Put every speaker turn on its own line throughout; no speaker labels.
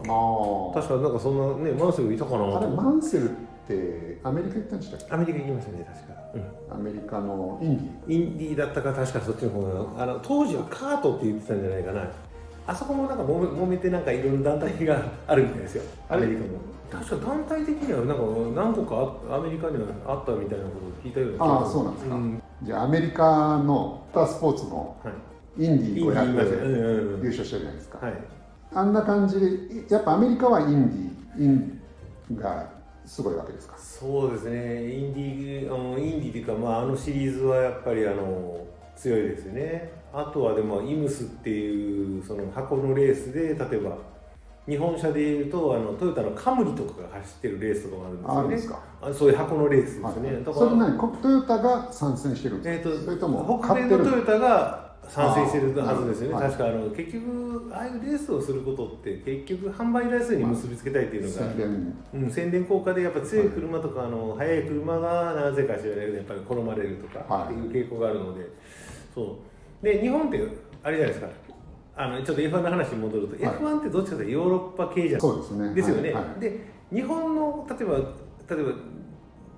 したなんかそんなねマンセルいたかな
あれマンセルってアメリカ行ったんでしたっけ
アメリカ行きましたね確か、
アメリカのインディ
うん、インディーだったか確かそっちの方があの当時はカートって言ってたんじゃないかなあそこもなんかもめ揉めてなんかいろんな団体があるみたいですよ
あれ
アメリカも確か団体的にはなんか何個かあアメリカにはあったみたいなことを聞いたような気が
ああそうなんですか、じゃあアメリカのウォータースポーツの
はい
インディ
インディーいました
500
ねうんうんうん
優勝してるじゃないですか、
はい
あんな感じでいやっぱアメリカはインディインがすごいわけですか
そうですね、インディー、あのインディーというか、まあ、あのシリーズはやっぱりあの強いですよね。あとはでも、イムスっていうその箱のレースで、例えば、日本車でいうとあの、トヨタのカムリとかが走ってるレースとかがあるんです
あ
よ
るん
ね。
ですか
あそういう箱のレースですね。
はい
だか
それ
ら
何こトヨタが参戦してるん
え
です
ー、
か、
と
それとも
北
買って
米のト
る
ヨタが参戦してるはずですよね、
あーはい
確かあの結局、ああいうレースをすることって、結局、販売台数に結びつけたいっていうのが、
宣伝
うん、宣伝効果でやっぱ強い車とか、あの速い車がなぜか知らないけどやっぱり好まれるとか
は
っ
い
ていう傾向があるので、そうで日本ってあれじゃないですかあのちょっと F1 の話に戻ると、
はい
F1 ってどっちかというとヨーロッパ系じゃん
そうですね
ですよね、
はいはい
で日本の例えば例えば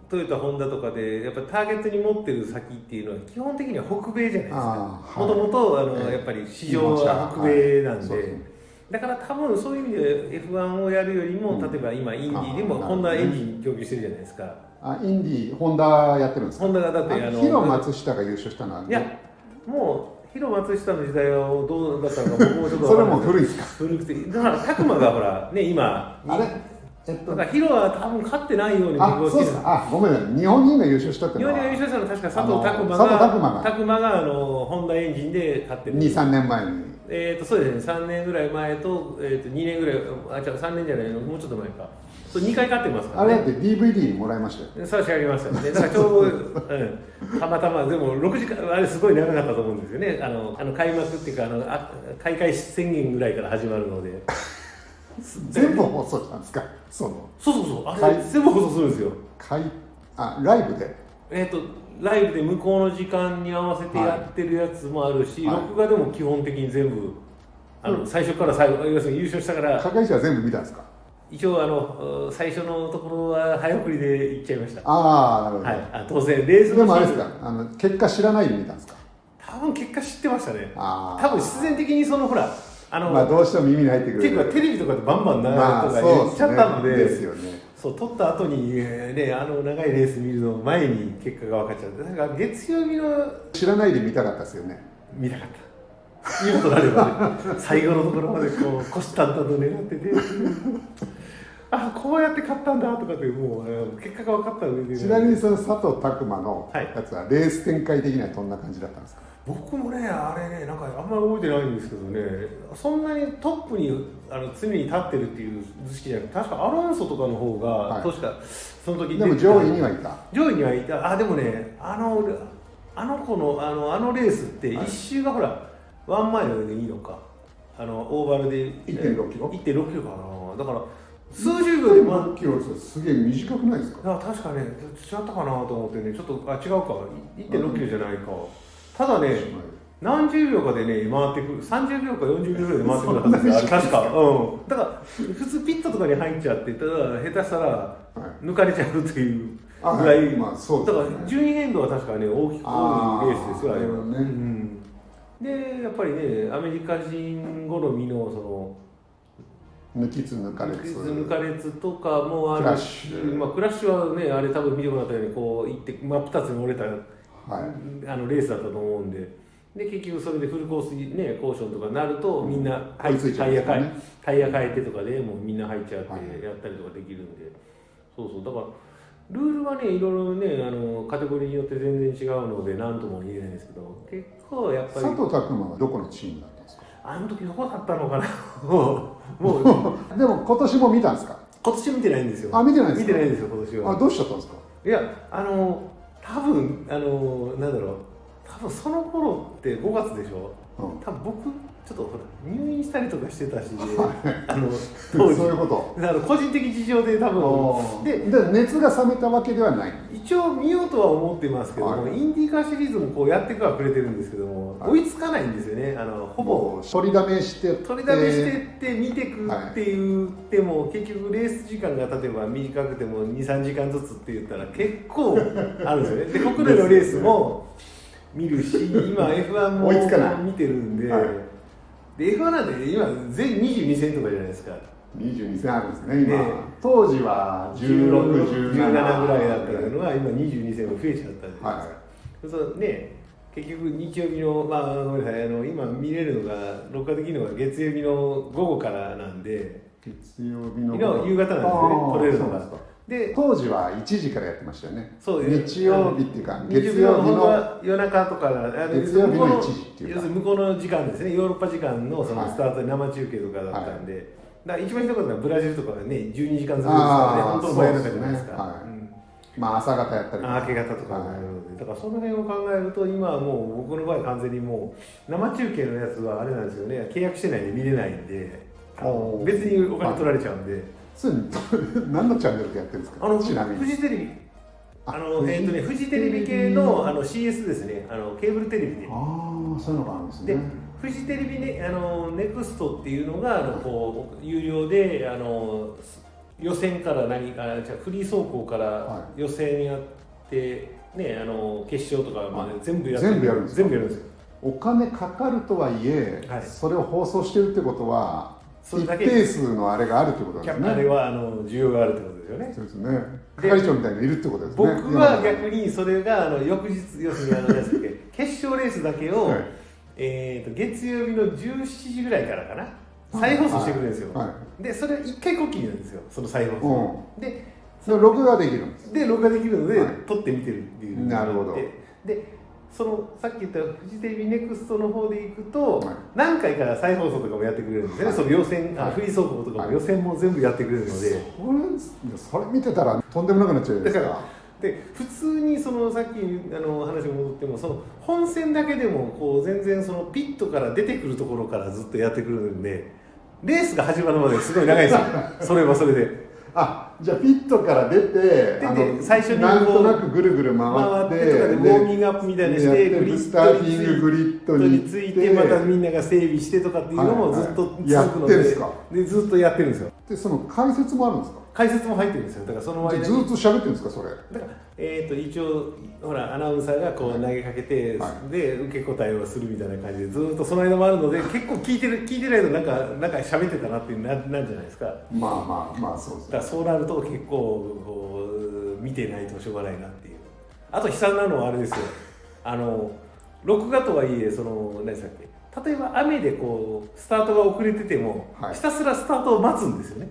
トヨタホンダとかでやっぱターゲットに持ってる先っていうのは基本的には北米じゃないですか
あー
も
はい
ともとあの、
ええ
やっぱり市場は北米なんで、
はいそうですね
だから多分そういう意味で F1 をやるよりも、
うん
例えば今インディーでも
あー
ホンダ
な
エ
るほ
ン
どね
ジン供給してるじゃないですか
あインディホンダやってるんですか
ホンダがだってあの
ヒロ松下が優勝したのはい
やもう広松下の時代はどうだったのか僕もちょっと
それ
わか
も
んない
古いですか
古くてだから佐久間がほらね今
あれえっ
だ
と
からヒロは多分勝ってないように
あ
僕
そう
は
ですかあごめんなさい日本人が優勝したって
日
の
本
は
人が優勝したのは確か佐藤
あ
拓
の
磨
佐藤拓
が
磨が
拓磨があのホンダエンジンで勝ってる
23年前に
えー、とそうですね3年ぐらい前と,、えー、と2年ぐらいあ違う3年じゃないのもうちょっと前かそう2回勝ってますか
あ
ら
れ
ね
だって DVD もらいましたよ
そうしありましたね。だからちょうど、うん、たまたま、でも6時間、あれすごい長かったと思うんですよね。あの、あの開幕っていうか、あの、あ開会宣言ぐらいから始まるので。
全部放送したんですかその
そうそうそう、あ
は
れ
い
全部放送するんですよ。
かいあライブで
えっ、と、ライブで向こうの時間に合わせてやってるやつもあるし、
はい
録画でも基本的に全部、あの、最初から最後、要するに優勝したから、
加害者は全部見たんですか
一応、あの、最初のところは早送りで行っちゃいました。
ああなるほど、
はい、あ当然、レース
で
の
もあれですかあの結果知らないで見たんですか
多分結果知ってましたね。
ああ
多分必然的にそのほらあの、
まあどうしても耳に入ってくる
結構テレビとかでバンバン流れと
まあそ
か
う
言
で
っち
す
ゃっ
ね
たので,、
ですよね
そう撮った後にえーねあの長いレース見るの前に結果が分かっちゃうだから月曜日の
知らないで見たかったですよね
見たかったいいことがあれば、ね、 最後のところまでこう虎視眈々と狙っててあこうやって勝ったんだとかってもうあの結果が分かった上で
ちなみにその佐藤拓磨の
はい
やつはレース展開的にはどんな感じだったんですか、
僕もねあれねなんかあんまり覚えてないんですけどねそんなにトップにあの常に立ってるっていう図式じゃなくて確かアロンソとかの方が、
はい
確かその時
でも
出てた
上位にはいた
上位にはいたあでもねあのあの子のあのあのレースって
はい
一周がほら、ワンマイルでいいのかあのオーバルで
1.6キロ
1.6キロかなだから数十秒で回っ
キロですよすげえ短くないですか
いや確かね違ったかなと思ってねちょっとあ違うか1.6キロじゃないか、ただね何十秒かでね回ってくる30秒か40秒ぐらいで回ってくるはずですよあれ確かうんだから普通ピットとかに入っちゃってただ下手したら
はい
抜かれちゃうっていうぐ
あ
らい、
まあそうで
だ
す
か
ね
ら順位変動は確かね大きく
あー
多いレースですよあれは、
な
う
るほど
ん、でやっぱりねアメリカ人好みのその
抜きつ抜かれつ
抜かれつとかもあ
クラ
る
ッシ
し
ュ
まあ、クラッシュはねあれ多分見てもらったようにこう行って真っ二つに折れた、
はい
あのレースだったと思うんでで結局それでフルコースにねコーションとかになるとみんな、
追いついちゃ
タ
うん
イ
で
ヤ
すよ
変え
ね
タイヤ変えてとかでもうみんな入っちゃって
はい
やったりとかできるんで、そうそうだからルールはねいろいろねあのカテゴリーによって全然違うので何とも言えないんですけど結構やっぱり
佐藤拓磨はどこのチームだったんですか
あの時どこだっ たのかなもうもう
でも今年も見たんですか
今年見てないんですよ
あ見てないんですか
見てないんですよ今年は
あどうしちゃったんですか
いやあの多分あのなんだろう多分その頃って5月でしょ
うん
多分僕ちょっとほら入院したりとかしてたし、 あの
そう
当
いう
時
こ
あの個人的事情で多
と
分で
で熱が冷めたわけではない
一応見ようとは思ってますけども、
はい
インディーカーシリーズもこうやってからくれてるんですけども、
はい
追いつかないんですよねあのほぼ
もう取りだめして
取りだめしてって見てくって言っても、結局レース時間が例えば短くても23時間ずつって言ったら結構あるんですよねで国内のレースも見るし今 F1
追いつかない
も見てるんで,、
はい
で F1 なんて今全22戦とかじゃないですか。
22戦あるんですね今
ね
当時は1617
16 17ぐらいだったのが今22戦も増えちゃったじゃないですか、
は
そうね結局日曜日のまあごめんなさいあの今見れるのが録画できるのが月曜日の午後からなんで
い月曜日の
昨日夕方なんですよね
あー
撮れるの
そう
が
なんですか
で
当時は1時からやってましたよね
そうです
日曜日っていうか
あの
月曜日
本当
の
は夜中とかあ
月曜日の
向こ
1時っていうか
要するに向こうの時間ですねヨーロッパ時間のそのスタートで生中継とかだったんで、だから一番ひどかったのはブラジルとかはね12時間ずつですからね
あー
本当の真夜中じゃないで
そうで
すか
すねはい
うん
まあ朝方やったりと
あ
か
明け方とかに
は
ないるので、だからその辺を考えると今はもう僕の場合完全にもう生中継のやつはあれなんですよね契約してないんで見れないんで
おー
別にお金取られちゃうんで、
それと 何のチャンネルでやってるんですか
あの
ちなみ
フ
に
ジテレビ
あ
あ
フ
の
ジ
えっ、とねフジテレビ系のあの CS ですねあのケーブルテレビで
ああそういうのがあるんですね
でフジテレビねあのネクストっていうのがあのこう有料であの予選から何かじゃあフリー走行か
は
ら予選やって、ねあの決勝とかまで全部やって
全部やるんですか
全部やるんですよ
お金かかるとはいえ、
はい
それを放送してるってことは
そ
一
れだけ
定数のあれがあるってこと
キ
で
ャ
す
ップあれ
ね
はあの需要があるってことですよね
そうですね係長みたいなのいるってことですね
僕は
世の中
逆にそれがあの翌日要するにあの何でしたっ け決勝レースだけを、
はい
えー、と月曜日の17時ぐらいからかな再放送してくれるんですよ、
はいは
でそれ1回こっきりなんですよその再放送、で
それ録画できるんです
で録画できるので、
はい
撮って見てるっていう
なるほど
ででそのさっき言ったフジテレビネクストの方で行くと、
はい
何回か再放送とかもやってくれるんですよね、
はい
その予選、
は
あ
い
フリー走行とか
は
も
い
予選も全部やってくれるので、
これそれ見てたらとんでもなくなっちゃうじゃないです
だ
か
で普通にそのさっきあの話に戻ってもその本戦だけでもこう全然そのピットから出てくるところからずっとやってくるんでレースが始まるまですごい長い んですよそれはそれで
あじゃあピットから出て
て
あの
最初にこう
なんとなくぐるぐる回
回
っ
っててとかでウォーミングアップみたいにし
やってて
グリ
スターティンググ
ッ
リッ
ド
ド
に
に
つ
つ
い
い
て
て
またみんなが整備してとかっていうのも
はいはい
ずっと続くので,、
やってんすか
でずっとやってるんですよ
でその解説もあるんですか
解説も入ってるんですよだからその
じゃ
間
あ
に
ずっと喋ってるんですかそれ
だから、えー、と一応ほらアナウンサーがこう投げかけて、
は
で受け答えをするみたいな感じでずっとその間もあるので結構聞いてる聞いてないとなんかなんか喋ってたなっていうななんじゃないですかだ
まあまあまあそうです
か
ね
らそうなると結構こう見てないとしょうがないなっていうあと悲惨なのはあれですよあの録画とはいえその何でしたっけ例えば雨でこうスタートが遅れてても、
はい
ひたすらスタートを待つんですよね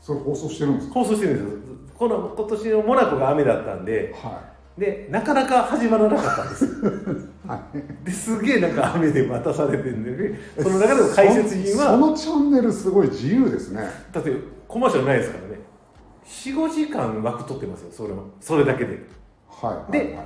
それ放送してるんですか
放送してるんですよこの今年のモナコが雨だったんで
は
でなかなか始まらなかったんですよ
い はい
ですげえなんか雨で待たされてるんでねその中でも解説陣
そ
は
のそのチャンネルすごい自由ですね
だってコマーシャルないですからね45時間枠取ってますよそれはそれだけで
はい
で
はいはい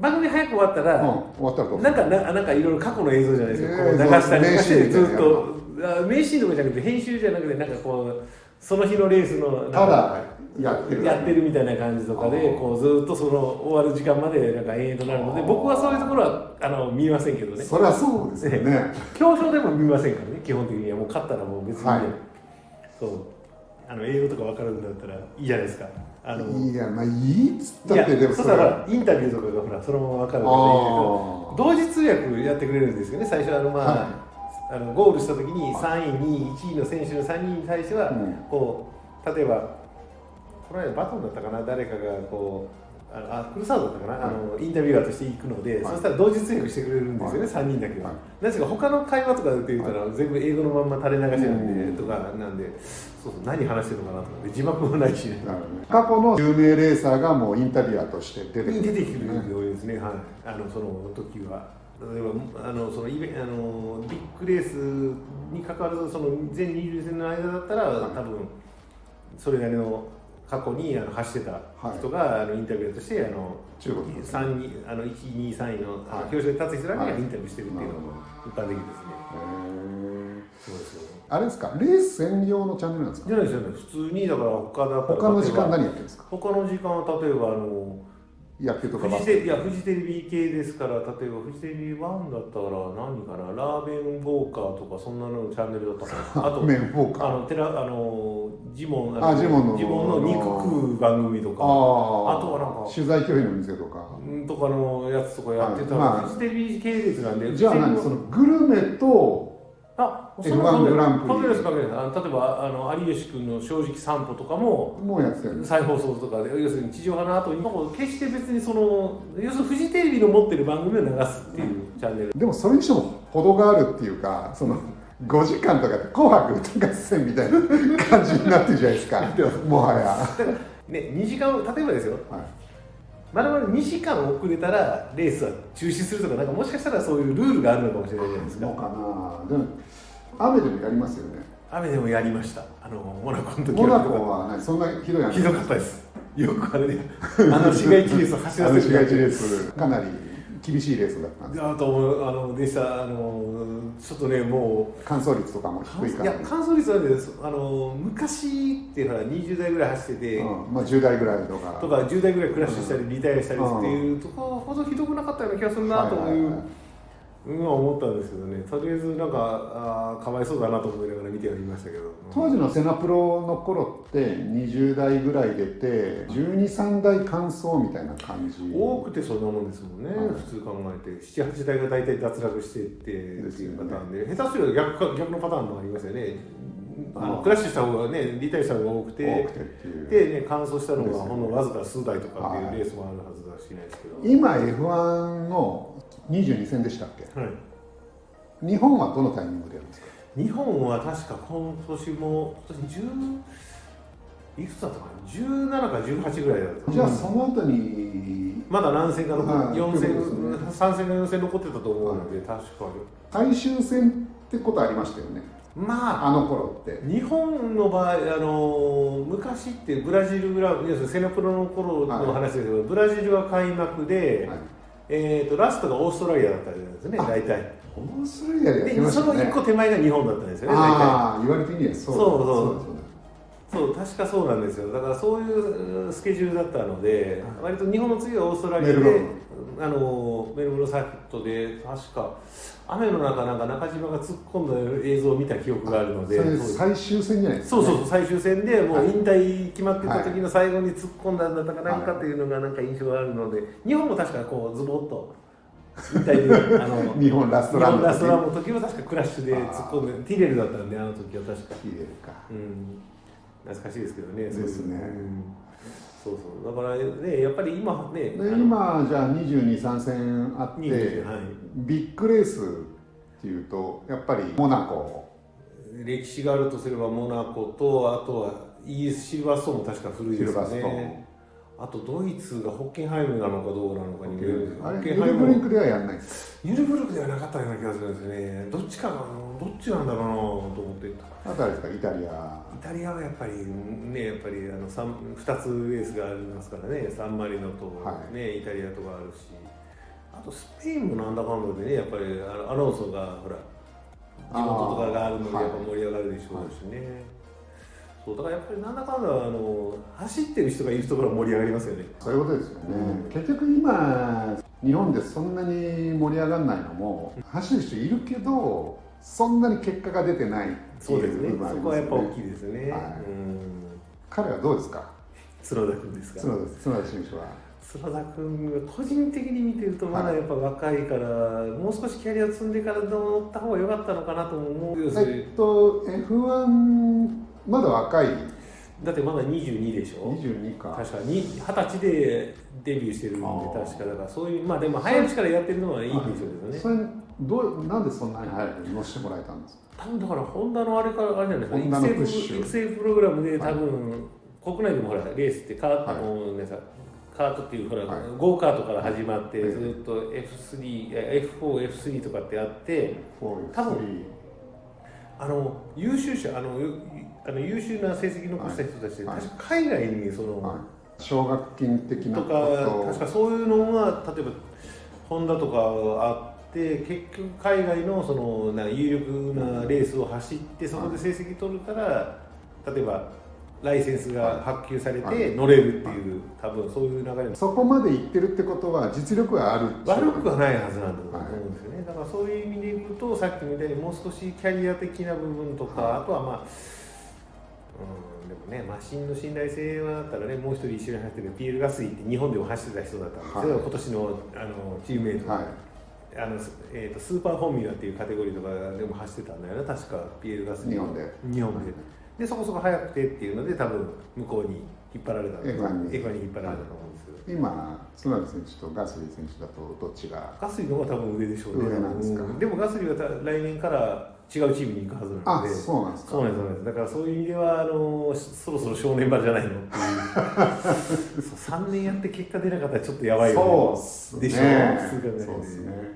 番組早く終わった
うん、
ら、
終わったらどう
なんかななんかいろいろ過去の映像じゃないですか、
えー
こう流したりとかして
名シーンみた
ず
い
っ
な
とあ名シーンとかじゃなくて編集じゃなくてなんかこうその日のレースのなんか
ただやってる
やってるみたいな感じとか
あ
で
ー
こうずっとその終わる時間までなんか延々となるので
あー
僕はそういうところはあの見えませんけどね
そりゃそうですよね
競争でも見ませんからね基本的にはもう勝ったらもう別にね、
はい
そうあの英語とか分かるんだったらいいじゃないですかあの
いやまあいいっつったってでも
そ
そ
した
れ
らインタビューとかがほらそのまま分かるから
あー
いいんだけど同時通訳やってくれるんですよね最初あのまあ,、あのゴールした時に3位2位1位の選手の3人に対しては、
うん
こう例えばこの間バトンだったかな誰かがこうあのあクルサードだったかな、あのインタビュアーとして行くので、
い
そしたら同時通訳してくれるんですよね、
はい
3人だけは、
はい
なんですが他の会話とかで言ったら、全部英語のまんま垂れ流しなんで、
うん
とかなんでそうそう何話してるのかなとかで字幕もないし、ね、
なるほどね過去の有名レーサーがもうインタビュアーとして出てくる
に出てくるようですね、はい、あのその時は。例えばあのそのイベあのビッグレースに関わらずその全20戦の間だったら、
はい
多分それなりの過去にあの走ってた人が、あのインタビューとしてあの
中国の
三人あの一二三位のあの
はい
表彰で立つ人らには
はい
インタビューしてるっていうのも一般的ですね。
へー
そうですよね。
あれですかレース専用のチャンネルなんです
じ
か
ゃないですよね。普通にだから他だから
他の時間
例
何や
えば
ってるんですか
他の時間は例えばあの
野球とか
フ
バ
ジ
ス
テ
ケ
いやフジテレビ系ですから例えばフジテレビ1だったから何かなラーメンウォーカーとかそんなののチャンネルだったかなあ
あ
と
とメンフォーカ
あ
ー
のテラあのジモン
あジモンの
の肉食う番組と
あ
か
あ
あとはなんか
取材拒否の店とか
うんとかのやつとかやってたら、
はいまあ
フジテレビ系列なんで
じゃあ何
フジ
そ
テレビ
のグルメと
あ
F1
そんなこと
グランプリ
関係ないです関係ないですあの例えばあの有吉君の「正直散歩」とかも
もうやってるんです
再放送とかで要するに地上波の後にもう決して別にその要するにフジテレビの持ってる番組を流すっていうチャンネル
でもそれにしても程があるっていうかその5時間とかって「紅白歌合戦」みたいな感じになってるじゃない ですかもはや、
ね2時間例えばですよ
はい
まるまる2時間遅れたらレースは中止するとかなんかもしかしたらそういうルールがあるのかもしれないじゃないです
の
か
かなでも雨でもやりますよね
雨でもやりましたあのモナコの時
モナ
は
コは何そんなひどい雨
ひどかったですよくあれ であの市街地レースを走ら
あ
せ
の
て
市街地レースかなり厳しいレースだったんで
あと思うあのでしたあのちょっとねもう
す完走率とかも低いか
い
ら
や、乾燥率はね、そあの昔ってほら20代ぐらい走ってて、
うんまあ、10代ぐらいとか
とか10代ぐらいクラッシュしたり、リタイアしたりっていうとこほどひどくなかったような気がするなと
はいはい
い、
はいう
うんは思ったんですけどねとりあえずなんかあーかわいそうだなと思いながら見てはいましたけど、
当時のセナプロの頃って20代ぐらい出て123代完走みたいな感じ
多くてそんなもんですもんね、
はい
普通考えて78代が大体脱落してってっていうパターンで下手すると逆か逆のパターンもありますよねあ
あ
の
ー
クラッシュした方がねリタイアした方が多くて
多くてっていう
でね、完走したのがほんのわずか数台とかっていうレースもあるはずだしないですけど、
今 F1 の22戦でしたっけ
は
日本はどのタイミングでやるんですか
い、日本は確か今年も今年10いくつだったかな17か18ぐらいだった
じゃあその後に
まだ何戦か
は
残
い
四
そ
戦、
うですね
3戦か4戦残ってたと思うので、確か
最終戦ってことありましたよね
にまあ
あの頃って
日本の場合、あのー昔ってブラジルグラ要するにセナプロの頃の話ですけど、ブラジルは開幕で、
はい
えー、とラストがオーストラリアだったじゃないですね
あ
大体。
面白いやりやって
で
まし
そ
た
の
よ
1
ね
個手前が日本だったんですよね大体
ああ言われてみればそう
そうそう
だそうだ
そう確かそうなんですよだからそういううんスケジュールだったので割と日本の次はオーストラリアで
メルボルン
あのメルボルンサーキットで確か雨の中なんか中島が突っ込んだ映像を見た記憶があるので
それ
そう
最終戦じゃないですか
そうそう最終戦でも
は
う
い
引退決まってた時の最後に突っ込んだんだったかなんかっていうのがなんか印象があるので日本も確かこうズボッと引退であの
日本ラス
日
トラン
本
の時
ラストランの時も確かクラッシュで突っ込んでティレルだったんであの時は確か
入れるか
うん、懐かしいですけどね。
ですね
うんそうそう、だからね、やっぱり今ね、
で
あの
今じゃあ223戦あって
22は
ビッグレースっていうとやっぱりモナコ
い、歴史があるとすればモナコとあとはイギリスシルバーストーンも確か古い
シ
で
ル
すよ
バーストー
ね。
ン
あとドイツがホッケンハイムなのかどうなのかにもよる
あ
ホッ
れ
ケ
ユ
ンハイ
ルブ
ム
リン
も
クではやんないんです
ユルブルクではなかったような気がするんですね。どっちかがどっちなんだろうなと思って。イ
あとあれですかイタリア
タリアはやっぱりねやっぱりあの三二つレースがありますからね。サンマリノと
はい
ね、イタリアとかあるし。あとスペインもなんだかんだでね、やっぱりあのアロンソがほら、地元とかがあるので、
あー
やっぱ盛り上がるでしょうしね、そうだからやっぱりなんだかんだあの、走ってる人がいるところは盛り上がりますよね、
そういうことですよね、
うん
結局今日本でそんなに盛り上がらないのも走る人いるけどそんなに結果が出てないってい
そうです
う
ね、
部分あ
そ
り
こ
ま
は
す
やっぱ大
よ
き
ね
いですね、
はい
うん
彼はどうですか
角田君ですか。
角田角田選手は
角田君個人的に見てるとまだやっぱ若いから、もう少しキャリアを積んでから乗った方が良かったのかなとも思うし、
えっと F1 まだ若い
だってまだ22でしょ
22か
確かに二十歳でデビューしてるんで
あー
確かだからそういうまあでも早いうちからやってるのはいいんでしょうけどね
それどうなんでそんなに早く乗せてもらえたんですか
多分だからホンダのあれからあれじゃない
ホンダのプ
で
ッ
す
シ
か
ュ
育成プ育成プログラムで
はい
多分、国内でもほらレースってカート、
はい
もうねさカートっていうほら、
はい
ゴーカートから始まって
ええ
ずっと F3F4F3 とかってあって
4
多分
3
あの優秀者あのゆあの優秀な成績残した人たちって、
はい
確か海外にその、
はい、奨学金的な
と
こ
か確かそういうのが例えばホンダとかあって結局海外のそのな有力なレースを走ってそこで成績取れたら例えばライセンスが発給され
は
て乗れるっていう多分そういう流れ
とそこまでいってるってことは実力はあるっていう
悪くはないはずなんだと思うんですよねだからそういう意味でいくとさっきみたいにもう少しキャリア的な部分とか、あとはまあうんでもねマシンの信頼性はだったらねもう一人一緒に走ってるピエール・ガスリーって日本でも走ってた人だったんですけど、
はい
今年のあのチームメイト、
はい
あのすえー、とスーパーフォーミュラっていうカテゴリーとかでも走ってたんだよな確かピエール・ガスリー
日本で
日本ででそこそこ速くてっていうので多分向こうに引っ張られた
F1 に
F1 に引っ張られたと思うんですけど、
今角田選手とガスリー選手だとどっちが
ガスリの方が多分上でしょうね。
上なんですか
うんでもガスリはた来年から違うチームに行くはずな
あ
ので。
そうなんですか
そうなんですそうなんです。だからそういう意味ではあのしそろそろ正念場じゃないのって いう。そう三年やって結果出なかったらちょっとやばいよね。
そうっすね
でしょう。普通考えて
そうっすね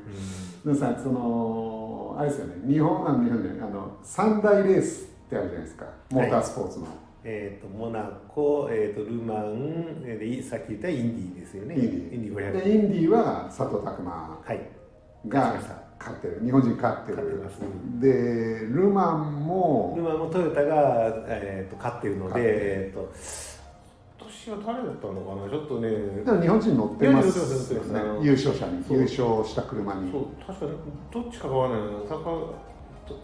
でさそのあれですよね日本あの日本じゃないあの三大レースってあるじゃないですかモータースポーツの、
えっ、とモナコ、えっ、とルマン、えーでいさっき言ったインディですよね。
インディ
インディ五百。
でインディは佐藤拓磨
はい。
が勝ってる日本人勝って
勝って
る
ます。
でルマンも
ルマンもトヨタが、えー、と勝ってるの
勝
で、
ってる
えっ、と今年は誰だったのかな。ちょっとね。
でも日本人乗ってます
いや乗ってます乗ってますあの
優勝者に
そう
優勝した車に
そう確かにどっちかがわからないな坂と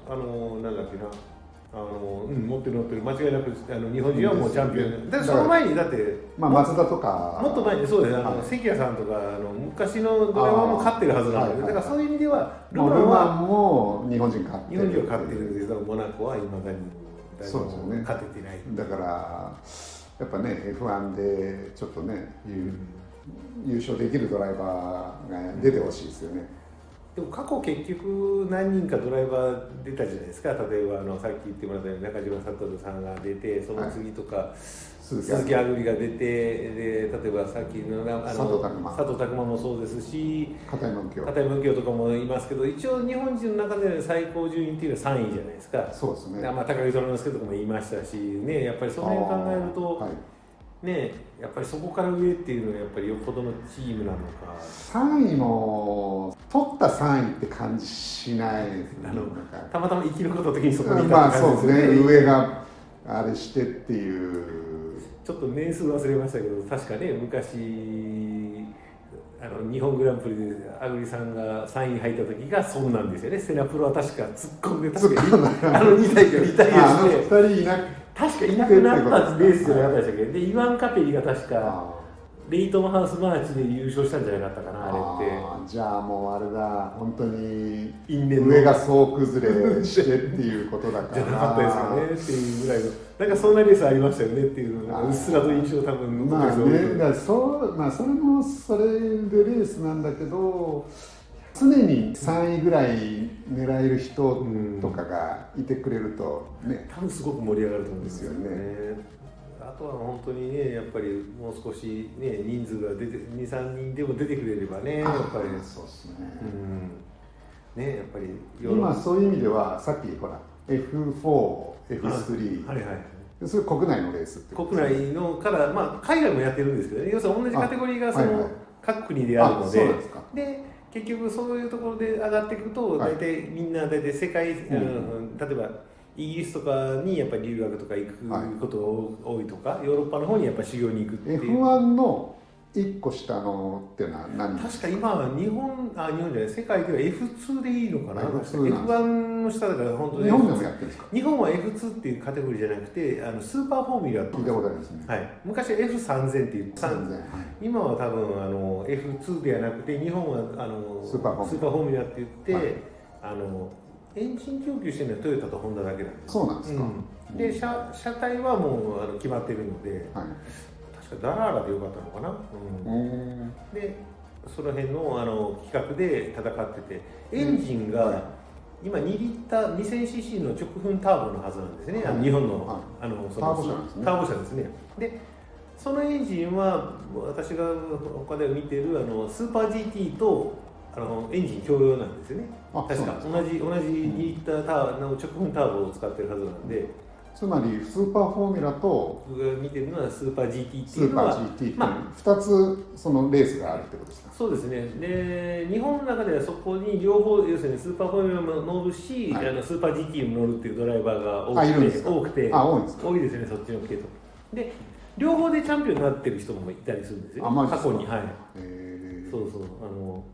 あのなんだっけなあのうん持ってる持ってる間違いなくあの日本人はもうチャンピオン
で
ですその前にだって
まあ松田とか
もっと前にそうですねあの、
はい
関谷さんとかあの昔のドラマも勝ってるはずな
あー
んで
はいはい
だからそういう意味ではル
も
マ
うル
ン
マ
は
ンも日本人勝ってる
日本人は勝ってるんですけどモナコはいまだに誰
そうですよ
も
ね
勝ててない、
だからやっぱね F1 でちょっとね、優優勝できるドライバーが出てほしいですよね、
でも過去結局何人かドライバー出たじゃないですか例えばあのさっき言ってもらったように中島悟さんが出てその次とか、
鈴木
鈴木亜久里が出てで例えばさっきのなあの
佐藤拓磨
佐藤拓磨もそうですし
片山右京
片山右京とかもいますけど一応日本人の中での最高順位っていうのは3位じゃないですか、
そうですね
でまあ、高木虎之介とかも言いましたしねやっぱりその辺考えると、
あーはい、
ねやっぱりそこから上っていうのはやっぱりよっぽどのチームなのか
3位も取った3位って感じしないですね
あ
な
の
んか
たまたま生きること的にそこにいた
ま
っ
あ
て
そ
感
う
じ
です
です
ね
よね,、
上があれしてっていう
ちょっと年数忘れましたけど確かね昔あの日本グランプリでアグリさんが3位入った時がそうなんですよねセナプロは確か突っ込んで 確かにあの2台がリタイア
ああの
し
2
て
人いなく
確かいなくなったレースじゃなかったでしたっけでイワン・カペリが確か
あ
レイトンハウスマーチで優勝したんじゃなかったかなあれって
あじゃあもうあれだ本当に
因縁の
上が総崩れしてっていうことだから
じゃなかったですよねっていうぐらいのなんかそんなレースありましたよねっていうのがうっすらと印象多分
まあ
残ってると
ね、
思う
だからそうまあ、それもそれでレースなんだけど常に3位ぐらい狙える人とかがいてくれるとね、
多分すごく盛り上がると思うんですよね
ですよ。
あとは本当にね、やっぱりもう少しね、人数が出て、二三人でも出てくれればね、やっぱり。
そうですね、
うん。ね、やっぱりヨーロ
今
ッ
そういう意味ではさっきほら F4、
パ。
F3、
はいはい。
それ国内のレースってこと
国内のから、まあ、海外もやってるんですけどね、要するに同じカテゴリーがそ
あはいは
の
い
各国であるので。
あそうなんですか
で結局そういうところで上がっていくと、
はい
大体みんな大体世界、あの例えばイギリスとかにやっぱり留学とか行
はい
くことが多多いとか、ヨーロッパの方にやっぱ修行に行くっていう
F1 の1個下のっていうのは何
確か今は日本あ日本じゃない世界では F2 でいいのかな
F2 なんです
F1 の下だから本当に
日本でもやってるんですか
日本は F2 っていうカテゴリーじゃなくてあのスーパーフォーミュラーって
聞いたことありますね、
はい、昔は F3000 っていう
全然
今は多分あの F2 ではなくて日本はあの
スーパーフォーミュラ
スフォーミュラって言って、
はい
あのエンジン供給してるのはトヨタとホンダだけなんです
そうなんですか、
うんで車車体はもうあの決まってるので
はい
確かダラーラでよかったのかな、
う
うんでその辺のあの企画で戦っててエンジンが、今2リッター 2000cc の直噴ターボのはずなんですね、あ
は
の
い
日本の,、
はい
あのそ
ター
の
ボ車なんですね
ターボ車ですねでそのエンジンは私が他で見てるあのスーパー GT とあのエンジン共用なんですよね
あ
確か
そう
同
なんです
じ同じ2リッターターボの直噴ターボを使ってるはずなんで、
つまりスーパーフォーミュラと
僕が見てるのはスーパー GT って
ス
いう
ー
の
パ
は
ー GT っていう
ま
2つそのレースがあるってことですか
そうですねで日本の中ではそこに両方要するにスーパーフォーミュラも乗るし、
はい
あのスーパー GT も乗るっていうドライバーが多
あいるん
く
です
て
か
多くて
あ多いんですか
多いですねそっちの系統で両方でチャンピオンになってる人もいたりするんですよ
あマジで
過
すか
去にはい
へー
そうそうあの